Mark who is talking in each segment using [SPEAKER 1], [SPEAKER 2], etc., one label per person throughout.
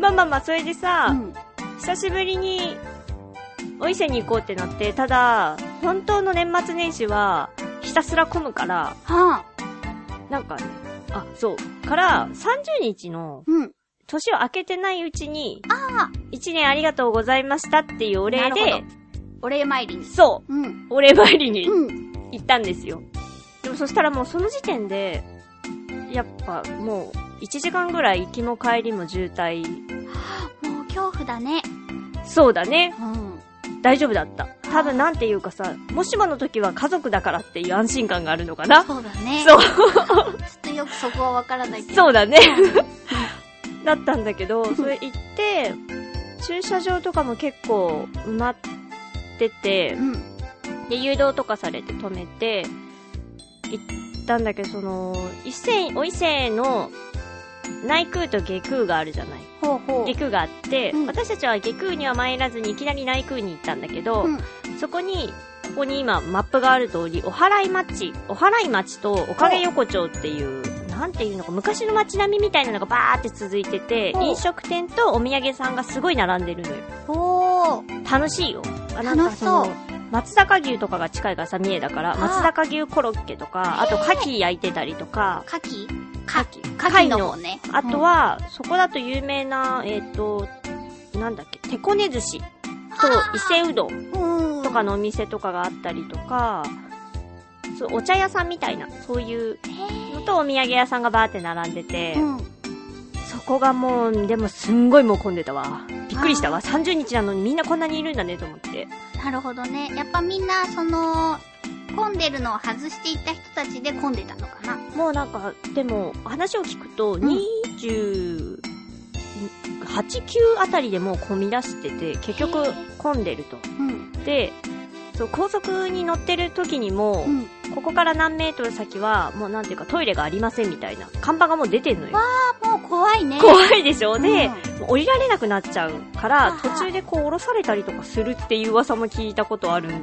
[SPEAKER 1] まあまあまあ、それでさ、
[SPEAKER 2] うん。
[SPEAKER 1] 久しぶりにお伊勢に行こうってなってただ本当の年末年始はひたすら混むから
[SPEAKER 2] はあ。
[SPEAKER 1] なんかねあそうから30日の
[SPEAKER 2] うん。
[SPEAKER 1] 年を明けてないうちに
[SPEAKER 2] あ
[SPEAKER 1] 1年ありがとうございましたっていうお礼
[SPEAKER 2] な
[SPEAKER 1] で
[SPEAKER 2] るお礼参りに。
[SPEAKER 1] そ
[SPEAKER 2] うん。
[SPEAKER 1] うお礼参りに
[SPEAKER 2] うん。
[SPEAKER 1] 行ったんですよでもそしたらもうその時点でやっぱもう1時間ぐらい行きも帰りも渋滞
[SPEAKER 2] もう恐怖だね。
[SPEAKER 1] そうだね
[SPEAKER 2] うん。
[SPEAKER 1] 大丈夫だった。多分なんていうかさ、もしもの時は家族だからっていう安心感があるのかな。
[SPEAKER 2] そうだね。
[SPEAKER 1] そう、
[SPEAKER 2] ちょっとよくそこはわからないけど。
[SPEAKER 1] そうだね。だったんだけど、それ行って、駐車場とかも結構埋まってて
[SPEAKER 2] う、ん。
[SPEAKER 1] で、誘導とかされて止めて、行ったんだけど、その、伊勢、お伊勢の内宮と下宮があるじゃない。
[SPEAKER 2] ほうほ
[SPEAKER 1] 下宮があって、
[SPEAKER 2] うん
[SPEAKER 1] 私たちは下宮には参らずにいきなり内宮に行ったんだけど、
[SPEAKER 2] うん。
[SPEAKER 1] そこに、ここに今、マップがある通り、おはらい町、おはらい町と、おかげ横丁っていう、なんていうのか、昔の町並みみたいなのがバーって続いてて、
[SPEAKER 2] うん
[SPEAKER 1] 飲食店とお土産さんがすごい並んでるのよ。
[SPEAKER 2] ほー。
[SPEAKER 1] 楽しいよ。あ
[SPEAKER 2] 楽しそう。
[SPEAKER 1] なんかの松坂牛とかが近いからさ、三重だから、
[SPEAKER 2] あ
[SPEAKER 1] 松坂牛コロッケとか、あと、
[SPEAKER 2] へー
[SPEAKER 1] 牡蠣焼いてたりとか、
[SPEAKER 2] 牡蠣
[SPEAKER 1] 牡蠣
[SPEAKER 2] 牡蠣の方ね。
[SPEAKER 1] あとは、そこだと有名な、えっ、と、なんだっけ、手こね寿司と伊勢うどん。
[SPEAKER 2] うん、うん。
[SPEAKER 1] とかのお店とかがあったりとか、そう、お茶屋さんみたいな、そういう
[SPEAKER 2] へー。
[SPEAKER 1] のとお土産屋さんがバーって並んでて、
[SPEAKER 2] うん。
[SPEAKER 1] そこがもう、でもすんごいもう混んでたわ。びっくりしたわ。30日なのにみんなこんなにいるんだねと思って。
[SPEAKER 2] なるほどね。やっぱみんな、その、混んでるのを外していった人たちで混んでたのかな。
[SPEAKER 1] もうなんか、でも、話を聞くと、
[SPEAKER 2] ん
[SPEAKER 1] 28、9あたりでもう混み出してて、結
[SPEAKER 2] へ
[SPEAKER 1] 局
[SPEAKER 2] ー
[SPEAKER 1] 混んでると。
[SPEAKER 2] うん。
[SPEAKER 1] で、そう、高速に乗ってる時にも、
[SPEAKER 2] うん。
[SPEAKER 1] ここから何メートル先は、もうなんていうかトイレがありませんみたいな、看板がもう出てんのよ。
[SPEAKER 2] あ、もう怖いね。
[SPEAKER 1] 怖いでしょ
[SPEAKER 2] ね
[SPEAKER 1] で、降りられなくなっちゃうから
[SPEAKER 2] あ、ー
[SPEAKER 1] 途中でこう降ろされたりとかするっていう噂も聞いたことあるん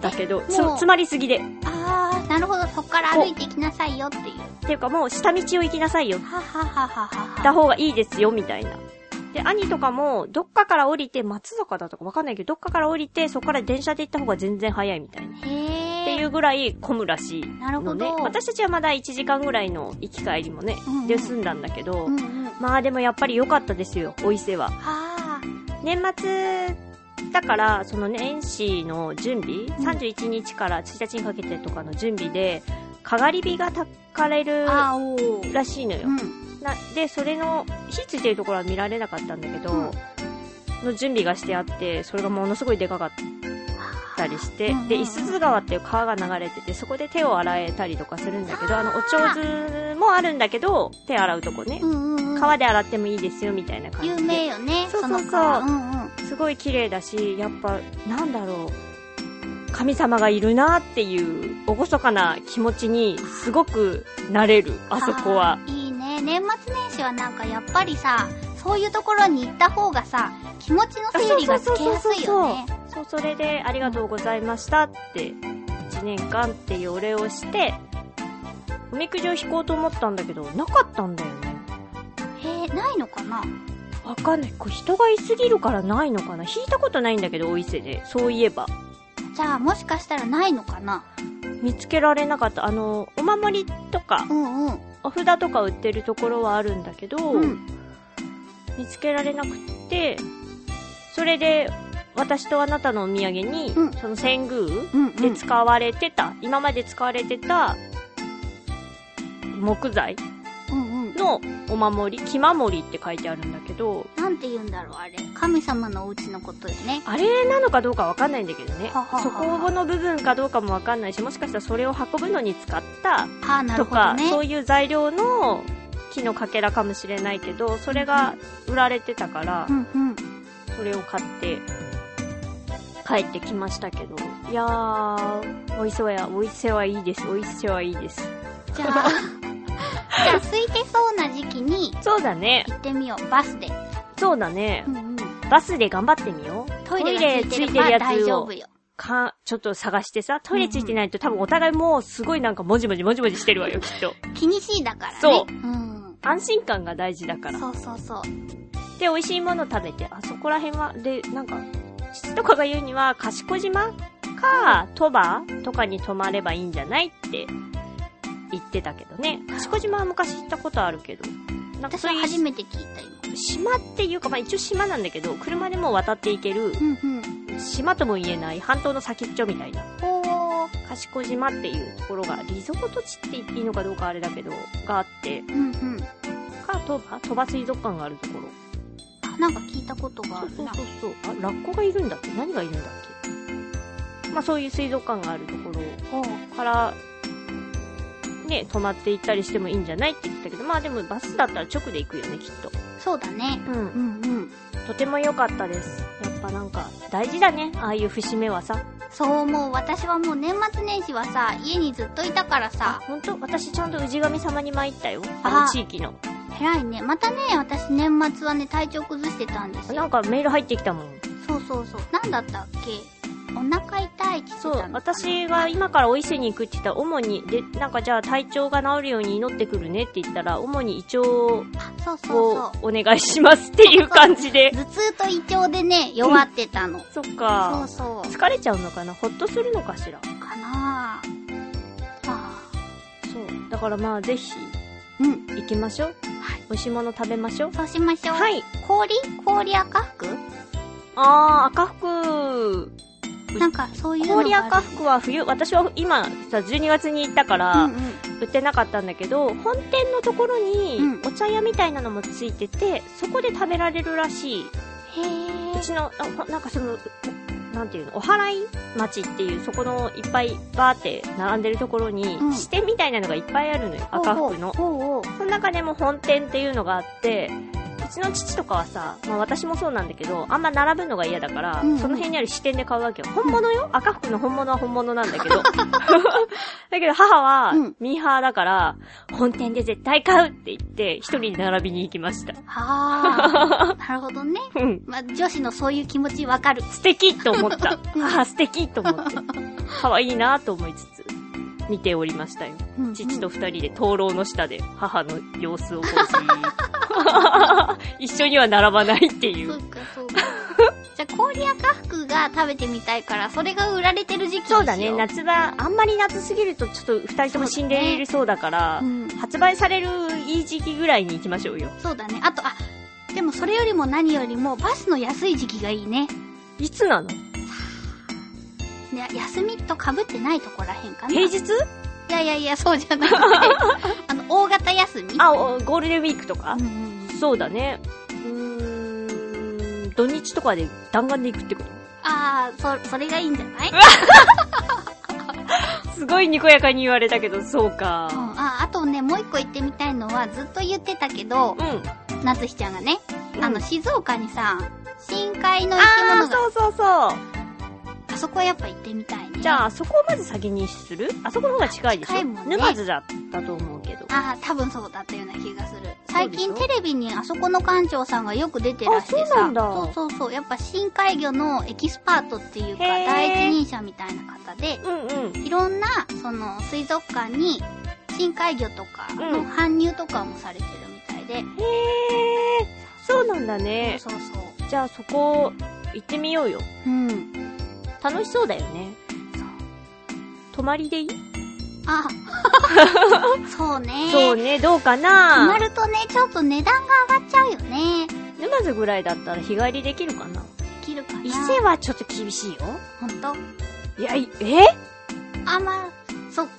[SPEAKER 1] だけど、
[SPEAKER 2] え
[SPEAKER 1] つ
[SPEAKER 2] もう
[SPEAKER 1] 詰まりすぎで。
[SPEAKER 2] あー、ななるほど、そこから歩いていきなさいよっていう。
[SPEAKER 1] っていうかもう下道を行きなさいよ。行
[SPEAKER 2] はははは
[SPEAKER 1] っ
[SPEAKER 2] は
[SPEAKER 1] た
[SPEAKER 2] は。
[SPEAKER 1] 方がいいですよ、みたいな。で、兄とかも、どっかから降りて、松坂だとかわかんないけど、どっかから降りて、そこから電車で行った方が全然早いみたいな。っ
[SPEAKER 2] へえ。
[SPEAKER 1] ていうぐらい混むらしいのね。
[SPEAKER 2] なるほど
[SPEAKER 1] 私たちはまだ1時間ぐらいの行き帰りもね
[SPEAKER 2] うんう、ん
[SPEAKER 1] で済んだんだけど、
[SPEAKER 2] うんうん。は
[SPEAKER 1] まあでもやっぱり良かったですよ、お伊勢は。
[SPEAKER 2] あ。
[SPEAKER 1] 年末だから、その年始の準備、
[SPEAKER 2] ん
[SPEAKER 1] 31日から1日にかけてとかの準備で、かがり火が焚かれる
[SPEAKER 2] あおー。
[SPEAKER 1] らしいのよ
[SPEAKER 2] う。ん。
[SPEAKER 1] なで、それの、火ついてるところは見られなかったんだけど、
[SPEAKER 2] うん
[SPEAKER 1] の準備がしてあって、それがものすごいでかかったりして、
[SPEAKER 2] うんうんうん
[SPEAKER 1] で、五つ川っていう川が流れてて、そこで手を洗えたりとかするんだけど、あの、お上手もあるんだけど、手洗うとこね
[SPEAKER 2] う、んうんうん。
[SPEAKER 1] 川で洗ってもいいですよ、みたいな感じで。
[SPEAKER 2] 有名よね。
[SPEAKER 1] そうそうそう
[SPEAKER 2] の川うんうん。
[SPEAKER 1] すごい綺麗だし、やっぱ、なんだろう、神様がいるなっていう、厳かな気持ちに、すごくなれる、あそこは。
[SPEAKER 2] ー。いいね。年末年始はなんかやっぱりさ、そういうところに行った方がさ、気持ちの整理がつけやすいよね。
[SPEAKER 1] そう、それで、ありがとうございましたって、1年間っていうお礼をして、おみくじを引こうと思ったんだけど、なかったんだよね。
[SPEAKER 2] へえ、ないのかな
[SPEAKER 1] わかんない。こう人がいすぎるからないのかな引いたことないんだけど、お伊勢で。そういえば。
[SPEAKER 2] じゃあもしかしたらないのかな
[SPEAKER 1] 見つけられなかった。あの、お守りとか、
[SPEAKER 2] うんうん。
[SPEAKER 1] お札とか売ってるところはあるんだけど、
[SPEAKER 2] うん。
[SPEAKER 1] 見つけられなくって、それで、私とあなたのお土産に、
[SPEAKER 2] うん
[SPEAKER 1] その遷宮
[SPEAKER 2] うん、う
[SPEAKER 1] で
[SPEAKER 2] ん。
[SPEAKER 1] 使われてた、今まで使われてた、木材
[SPEAKER 2] うんうん。
[SPEAKER 1] のお守り、木守りって書いてあるんだけど、
[SPEAKER 2] なんて言うんだろう、あれ。神様のお家のことよね。
[SPEAKER 1] あれなのかどうかわかんないんだけどね
[SPEAKER 2] ははは。
[SPEAKER 1] そこの部分かどうかもわかんないし、もしかしたらそれを運ぶのに使った
[SPEAKER 2] ああ、なる
[SPEAKER 1] と
[SPEAKER 2] ほど
[SPEAKER 1] か、
[SPEAKER 2] ね。
[SPEAKER 1] そういう材料の木のかけらかもしれないけど、それが売られてたから、
[SPEAKER 2] うんうん。
[SPEAKER 1] それを買って、帰ってきましたけど。いやー、お伊勢は、お伊勢はいいです、お伊勢はいいです。
[SPEAKER 2] じゃあ、 じゃあ空いてそうな時期に
[SPEAKER 1] そうだね。
[SPEAKER 2] 行ってみよう、バスで。
[SPEAKER 1] そうだね
[SPEAKER 2] う。んうん。
[SPEAKER 1] バスで頑張ってみよう。
[SPEAKER 2] トイレがついてれば大丈夫よ。
[SPEAKER 1] か、ちょっと探してさ、トイレついてないと多分お互いもうすごいなんかもじもじもじもじしてる わよ、きっと。
[SPEAKER 2] 気にしいだからね。
[SPEAKER 1] そう
[SPEAKER 2] うん。
[SPEAKER 1] 安心感が大事だから。
[SPEAKER 2] そうそうそう。
[SPEAKER 1] で、美味しいもの食べて、あそこら辺は、で、なんか、父とかが言うには、賢島か、鳥羽とかに泊まればいいんじゃないって言ってたけどね。賢島は昔行ったことあるけど。なんか
[SPEAKER 2] 私
[SPEAKER 1] そう
[SPEAKER 2] は
[SPEAKER 1] いう
[SPEAKER 2] 初めて聞いた、今。
[SPEAKER 1] 島っていうか、まあ一応島なんだけど、車でもう渡っていける、
[SPEAKER 2] うんうん。
[SPEAKER 1] 島とも言えない半島の先っちょみたいな。
[SPEAKER 2] ほー。
[SPEAKER 1] 賢島っていうところが、リゾート地って言っていいのかどうかあれだけど、があって、
[SPEAKER 2] うんうん。
[SPEAKER 1] か、鳥羽鳥羽水族館があるところ。
[SPEAKER 2] あ、なんか聞いたことがあ
[SPEAKER 1] そう
[SPEAKER 2] る
[SPEAKER 1] そう
[SPEAKER 2] な。
[SPEAKER 1] そうそうあラッコがいるんだっけ何がいるんだっけまあそういう水族館があるところ
[SPEAKER 2] ほう。
[SPEAKER 1] からね泊まって行ったりしてもいいんじゃないって言ってたけどまあでもバスだったら直で行くよねきっと
[SPEAKER 2] そうだね。
[SPEAKER 1] う
[SPEAKER 2] うんんうん。
[SPEAKER 1] とても良かったですやっぱなんか大事だねああいう節目はさ
[SPEAKER 2] そう思う。私はもう年末年始はさ、家にずっといたからさ、
[SPEAKER 1] 本当私ちゃんと氏神様に参ったよあの
[SPEAKER 2] あ
[SPEAKER 1] 地域の
[SPEAKER 2] 偉いね。またね、私年末はね、体調崩してたんです
[SPEAKER 1] な
[SPEAKER 2] よ。
[SPEAKER 1] んかメール入ってきたもん
[SPEAKER 2] そうそうそう。なんだったっけお腹痛いって言ってた
[SPEAKER 1] そ
[SPEAKER 2] のかな
[SPEAKER 1] う私が今からお伊勢に行くって言ったら主にでなんかじゃあ体調が治るように祈ってくるねって言ったら主に胃腸を
[SPEAKER 2] あそうそうそ
[SPEAKER 1] をお願いしますっていう感じで
[SPEAKER 2] う。。頭痛と胃腸でね、弱ってたの。
[SPEAKER 1] そっ
[SPEAKER 2] そう
[SPEAKER 1] か。
[SPEAKER 2] そう。
[SPEAKER 1] 疲れちゃうのかなほっとするのかしら
[SPEAKER 2] かなぁ。あ
[SPEAKER 1] そう。だからまあぜひ
[SPEAKER 2] ーうん。
[SPEAKER 1] 行きましょう。美味しいもの食べましょう。
[SPEAKER 2] そうしましょう。
[SPEAKER 1] はい。
[SPEAKER 2] 氷氷赤服
[SPEAKER 1] あー、赤服。
[SPEAKER 2] なんかそういうのがある。
[SPEAKER 1] 氷赤服は冬、私は今さ、12月に行ったか
[SPEAKER 2] うん
[SPEAKER 1] ら
[SPEAKER 2] うん。
[SPEAKER 1] 売ってなかったんだけど、本店のところに
[SPEAKER 2] うん
[SPEAKER 1] お茶屋みたいなのもついてて、そこで食べられるらしい。
[SPEAKER 2] へ
[SPEAKER 1] う
[SPEAKER 2] ぇ
[SPEAKER 1] ちの、あほなんかその、なんていうの、お祓い町っていう、そこのいっぱいバーって並んでるところに、
[SPEAKER 2] うん
[SPEAKER 1] 支店みたいなのがいっぱいあるのよ、赤服の。
[SPEAKER 2] ほうほう。
[SPEAKER 1] その中でも本店っていうのがあって、うちの父とかはさ、まあ私もそうなんだけど、あんま並ぶのが嫌だから、
[SPEAKER 2] うんうん
[SPEAKER 1] その辺にある支店で買うわけよ。本物よ赤服の本物は本物なんだ けど。だけど母は
[SPEAKER 2] うん、
[SPEAKER 1] ミーハーだから、本店で絶対買うって言って、一人で並びに行きました。
[SPEAKER 2] はぁ。なるほどね。
[SPEAKER 1] うん。
[SPEAKER 2] まあ、女子のそういう気持ちわかる。
[SPEAKER 1] 素敵と思った。ああ、素敵と思って。可愛いなと思いつつ。見ておりましたよ。
[SPEAKER 2] うんうん
[SPEAKER 1] 父と二人で灯籠の下で母の様子をこうじーっ と一緒には並ばないってい
[SPEAKER 2] そうう。か そうかじゃあ氷赤福が食べてみたいからそれが売られてる時期にしよ
[SPEAKER 1] そうだね、夏場、あんまり夏すぎるとちょっと二人とも死んでいるそうだから、
[SPEAKER 2] うん
[SPEAKER 1] 発売されるいい時期ぐらいに行きましょうよ。
[SPEAKER 2] そうだねあとあでもそれよりも何よりもバスの安い時期がいいね
[SPEAKER 1] いつなの
[SPEAKER 2] ね休みとかぶってないとこらへんかな
[SPEAKER 1] 平
[SPEAKER 2] い
[SPEAKER 1] 日
[SPEAKER 2] やいやいやそうじゃな くてあの大型休み
[SPEAKER 1] あ、おゴールデンウィークとか
[SPEAKER 2] うんうんうん
[SPEAKER 1] そうだね。うーん、土日とかで弾丸で行くってこと
[SPEAKER 2] ああそそれがいいんじゃない
[SPEAKER 1] すごいにこやかに言われたけど、そうか。
[SPEAKER 2] うんああとねもう一個言ってみたいのはずっと言ってたけど
[SPEAKER 1] うん。
[SPEAKER 2] なつひちゃんがね、あ
[SPEAKER 1] う
[SPEAKER 2] の
[SPEAKER 1] ん
[SPEAKER 2] 静岡にさ深海の生き
[SPEAKER 1] あ
[SPEAKER 2] 物
[SPEAKER 1] ー、
[SPEAKER 2] が
[SPEAKER 1] そうそうそう。
[SPEAKER 2] あそこはやっぱ行ってみたいね
[SPEAKER 1] じゃあ、そこをまず先にするあそこの方が近いでしょ
[SPEAKER 2] 近いもんね
[SPEAKER 1] 沼津だったと思うけど。
[SPEAKER 2] ああ、多分そうだったような気がする。
[SPEAKER 1] そう
[SPEAKER 2] 最
[SPEAKER 1] でしょ
[SPEAKER 2] 近テレビにあそこの館長さんがよく出てらしてさ。
[SPEAKER 1] あそうなんだ
[SPEAKER 2] そうそうそうやっぱ深海魚のエキスパートっていうか、
[SPEAKER 1] へー
[SPEAKER 2] 第一人者みたいな方で、
[SPEAKER 1] うんうん。
[SPEAKER 2] いろんな、その、水族館に、深海魚とか
[SPEAKER 1] う
[SPEAKER 2] の
[SPEAKER 1] ん
[SPEAKER 2] 搬入とかもされてるみたいで。
[SPEAKER 1] へえ、そうなんだね。
[SPEAKER 2] そうそう。
[SPEAKER 1] じゃあそこ行ってみようよ。
[SPEAKER 2] うん。
[SPEAKER 1] 楽しそうだよね。泊まりでいい
[SPEAKER 2] あ そうね。
[SPEAKER 1] そうね、どうか
[SPEAKER 2] 泊ま
[SPEAKER 1] な
[SPEAKER 2] るとね、ちょっと値段が上がっちゃうよね。で
[SPEAKER 1] 沼津ぐらいだったら日帰りできるかな
[SPEAKER 2] きるかな。
[SPEAKER 1] 伊勢はちょっと厳しいよ。
[SPEAKER 2] ほんと
[SPEAKER 1] いや、いえ
[SPEAKER 2] あ、まあ、そっか、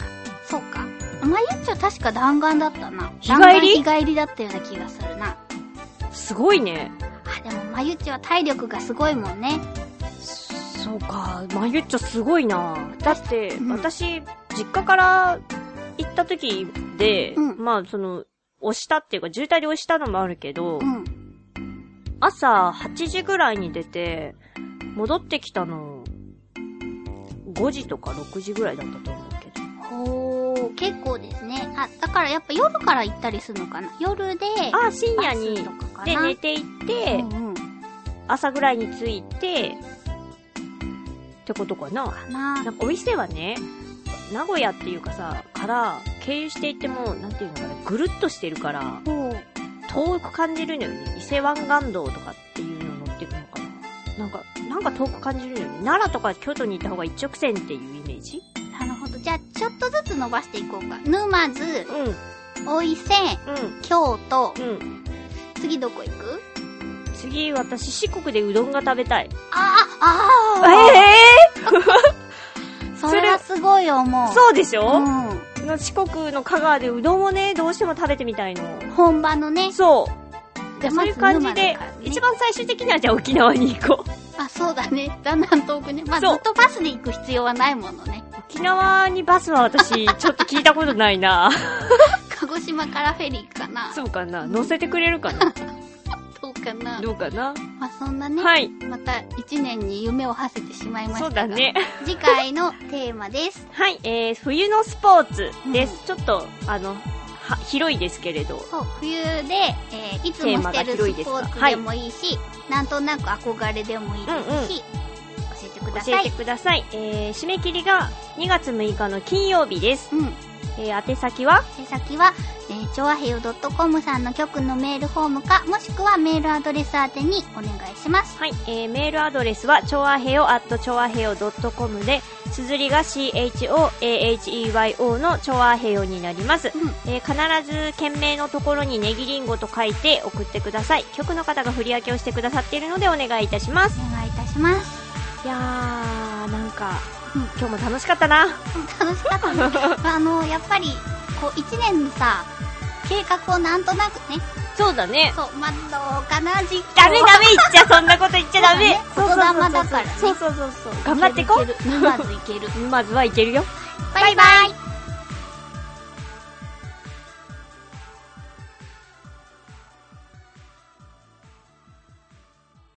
[SPEAKER 2] そっか。まゆっちょ確か弾丸だったな。
[SPEAKER 1] 日帰り
[SPEAKER 2] 弾丸日帰りだったような気がするな。
[SPEAKER 1] すごいね。
[SPEAKER 2] あ、でもまゆっちょは体力がすごいもんね。
[SPEAKER 1] そうか、まゆっちょすごいな。だって、
[SPEAKER 2] うん
[SPEAKER 1] 私、実家から行った時で、
[SPEAKER 2] うん
[SPEAKER 1] まあ、その、押したっていうか、渋滞で押したのもあるけど、
[SPEAKER 2] うん。
[SPEAKER 1] 朝8時ぐらいに出て、戻ってきたの、5時とか6時ぐらいだったと思うけど。
[SPEAKER 2] ほー、結構ですね。あ、だからやっぱ夜から行ったりするのかな。夜で、
[SPEAKER 1] あ、深夜
[SPEAKER 2] バス
[SPEAKER 1] に
[SPEAKER 2] と、かか
[SPEAKER 1] で、
[SPEAKER 2] な。
[SPEAKER 1] 寝ていって、
[SPEAKER 2] うんうん。
[SPEAKER 1] 朝ぐらいに着いて、ってことかな。
[SPEAKER 2] な
[SPEAKER 1] なんかお店はね、名古屋っていうかさ、から経由していっても、なんていうのかな、ぐるっとしてるから、
[SPEAKER 2] ほう。
[SPEAKER 1] 遠く感じるのよね。伊勢湾岸道とかっていうの乗ってくのかな。なんか、なんか遠く感じるのよね。奈良とか京都に行った方が一直線っていうイメージ
[SPEAKER 2] なるほど。じゃあ、ちょっとずつ伸ばしていこうか。沼津、
[SPEAKER 1] うん、うん、
[SPEAKER 2] お伊勢、京都、
[SPEAKER 1] うん。
[SPEAKER 2] 次どこ行く
[SPEAKER 1] 次、私、四国でうどんが食べたい。
[SPEAKER 2] ああ、
[SPEAKER 1] え
[SPEAKER 2] ああ、
[SPEAKER 1] え
[SPEAKER 2] それはすごい思う。
[SPEAKER 1] そうでし
[SPEAKER 2] う
[SPEAKER 1] ょ、
[SPEAKER 2] ん。
[SPEAKER 1] の四国の香川でうどんをね、どうしても食べてみたいの。
[SPEAKER 2] 本場のね。
[SPEAKER 1] そう。
[SPEAKER 2] じゃあ
[SPEAKER 1] そういう感じ
[SPEAKER 2] まず沼
[SPEAKER 1] で
[SPEAKER 2] だからね、
[SPEAKER 1] 一番最終的にはじゃあ沖縄に行こう。
[SPEAKER 2] あ、そうだね。だんだん遠くね。まあ、ず
[SPEAKER 1] そう
[SPEAKER 2] っとバスで行く必要はないものね。
[SPEAKER 1] 沖縄にバスは私、ちょっと聞いたことないな。
[SPEAKER 2] 鹿児島からフェリーかな。
[SPEAKER 1] そうかな乗せてくれるかな
[SPEAKER 2] どうかな。
[SPEAKER 1] どうかな
[SPEAKER 2] まあ、そんなね、
[SPEAKER 1] はい。
[SPEAKER 2] また一年に夢を馳せてしまいましたが。
[SPEAKER 1] そうだ。ね。
[SPEAKER 2] 次回のテーマです。
[SPEAKER 1] はい、えー、冬のスポーツです。
[SPEAKER 2] う
[SPEAKER 1] ちょっと、あの、は、広いですけれど。
[SPEAKER 2] そう、冬で、えーいつもしてるスポーツでもいいし、なんとなく憧れでもいいですし、教えてくだ
[SPEAKER 1] 教
[SPEAKER 2] さ
[SPEAKER 1] え
[SPEAKER 2] い。
[SPEAKER 1] てください。えー、締め切りが2月6日の金曜日です。
[SPEAKER 2] うん。
[SPEAKER 1] えー、宛先は
[SPEAKER 2] 宛先は、えー、ちょわへよ .com さんの局のメールフォームか、もしくはメールアドレス宛てにお願いします。
[SPEAKER 1] はい、えー、メールアドレスは、ちょあへよ、アットちょあへよ .com で、綴りが CHOAHEYO のちょあへよになります。
[SPEAKER 2] うん。
[SPEAKER 1] えー必ず件名のところにネギリンゴと書いて送ってください局の方が振り分けをしてくださっているのでお願いいたします
[SPEAKER 2] お願いいたします。
[SPEAKER 1] いやーなんか、
[SPEAKER 2] うん
[SPEAKER 1] 今日も楽しかったな
[SPEAKER 2] 楽しかったね あのやっぱりこう1年のさ計画をなんとなくね
[SPEAKER 1] そうだね
[SPEAKER 2] そうまあどうかな実況
[SPEAKER 1] ダメダメ言っちゃそんなこと言っちゃダメ
[SPEAKER 2] そうだね大人だからね
[SPEAKER 1] そうそうそうそう頑張っていこ
[SPEAKER 2] けるける沼津いける
[SPEAKER 1] うまずはいけるよ
[SPEAKER 2] バイバイ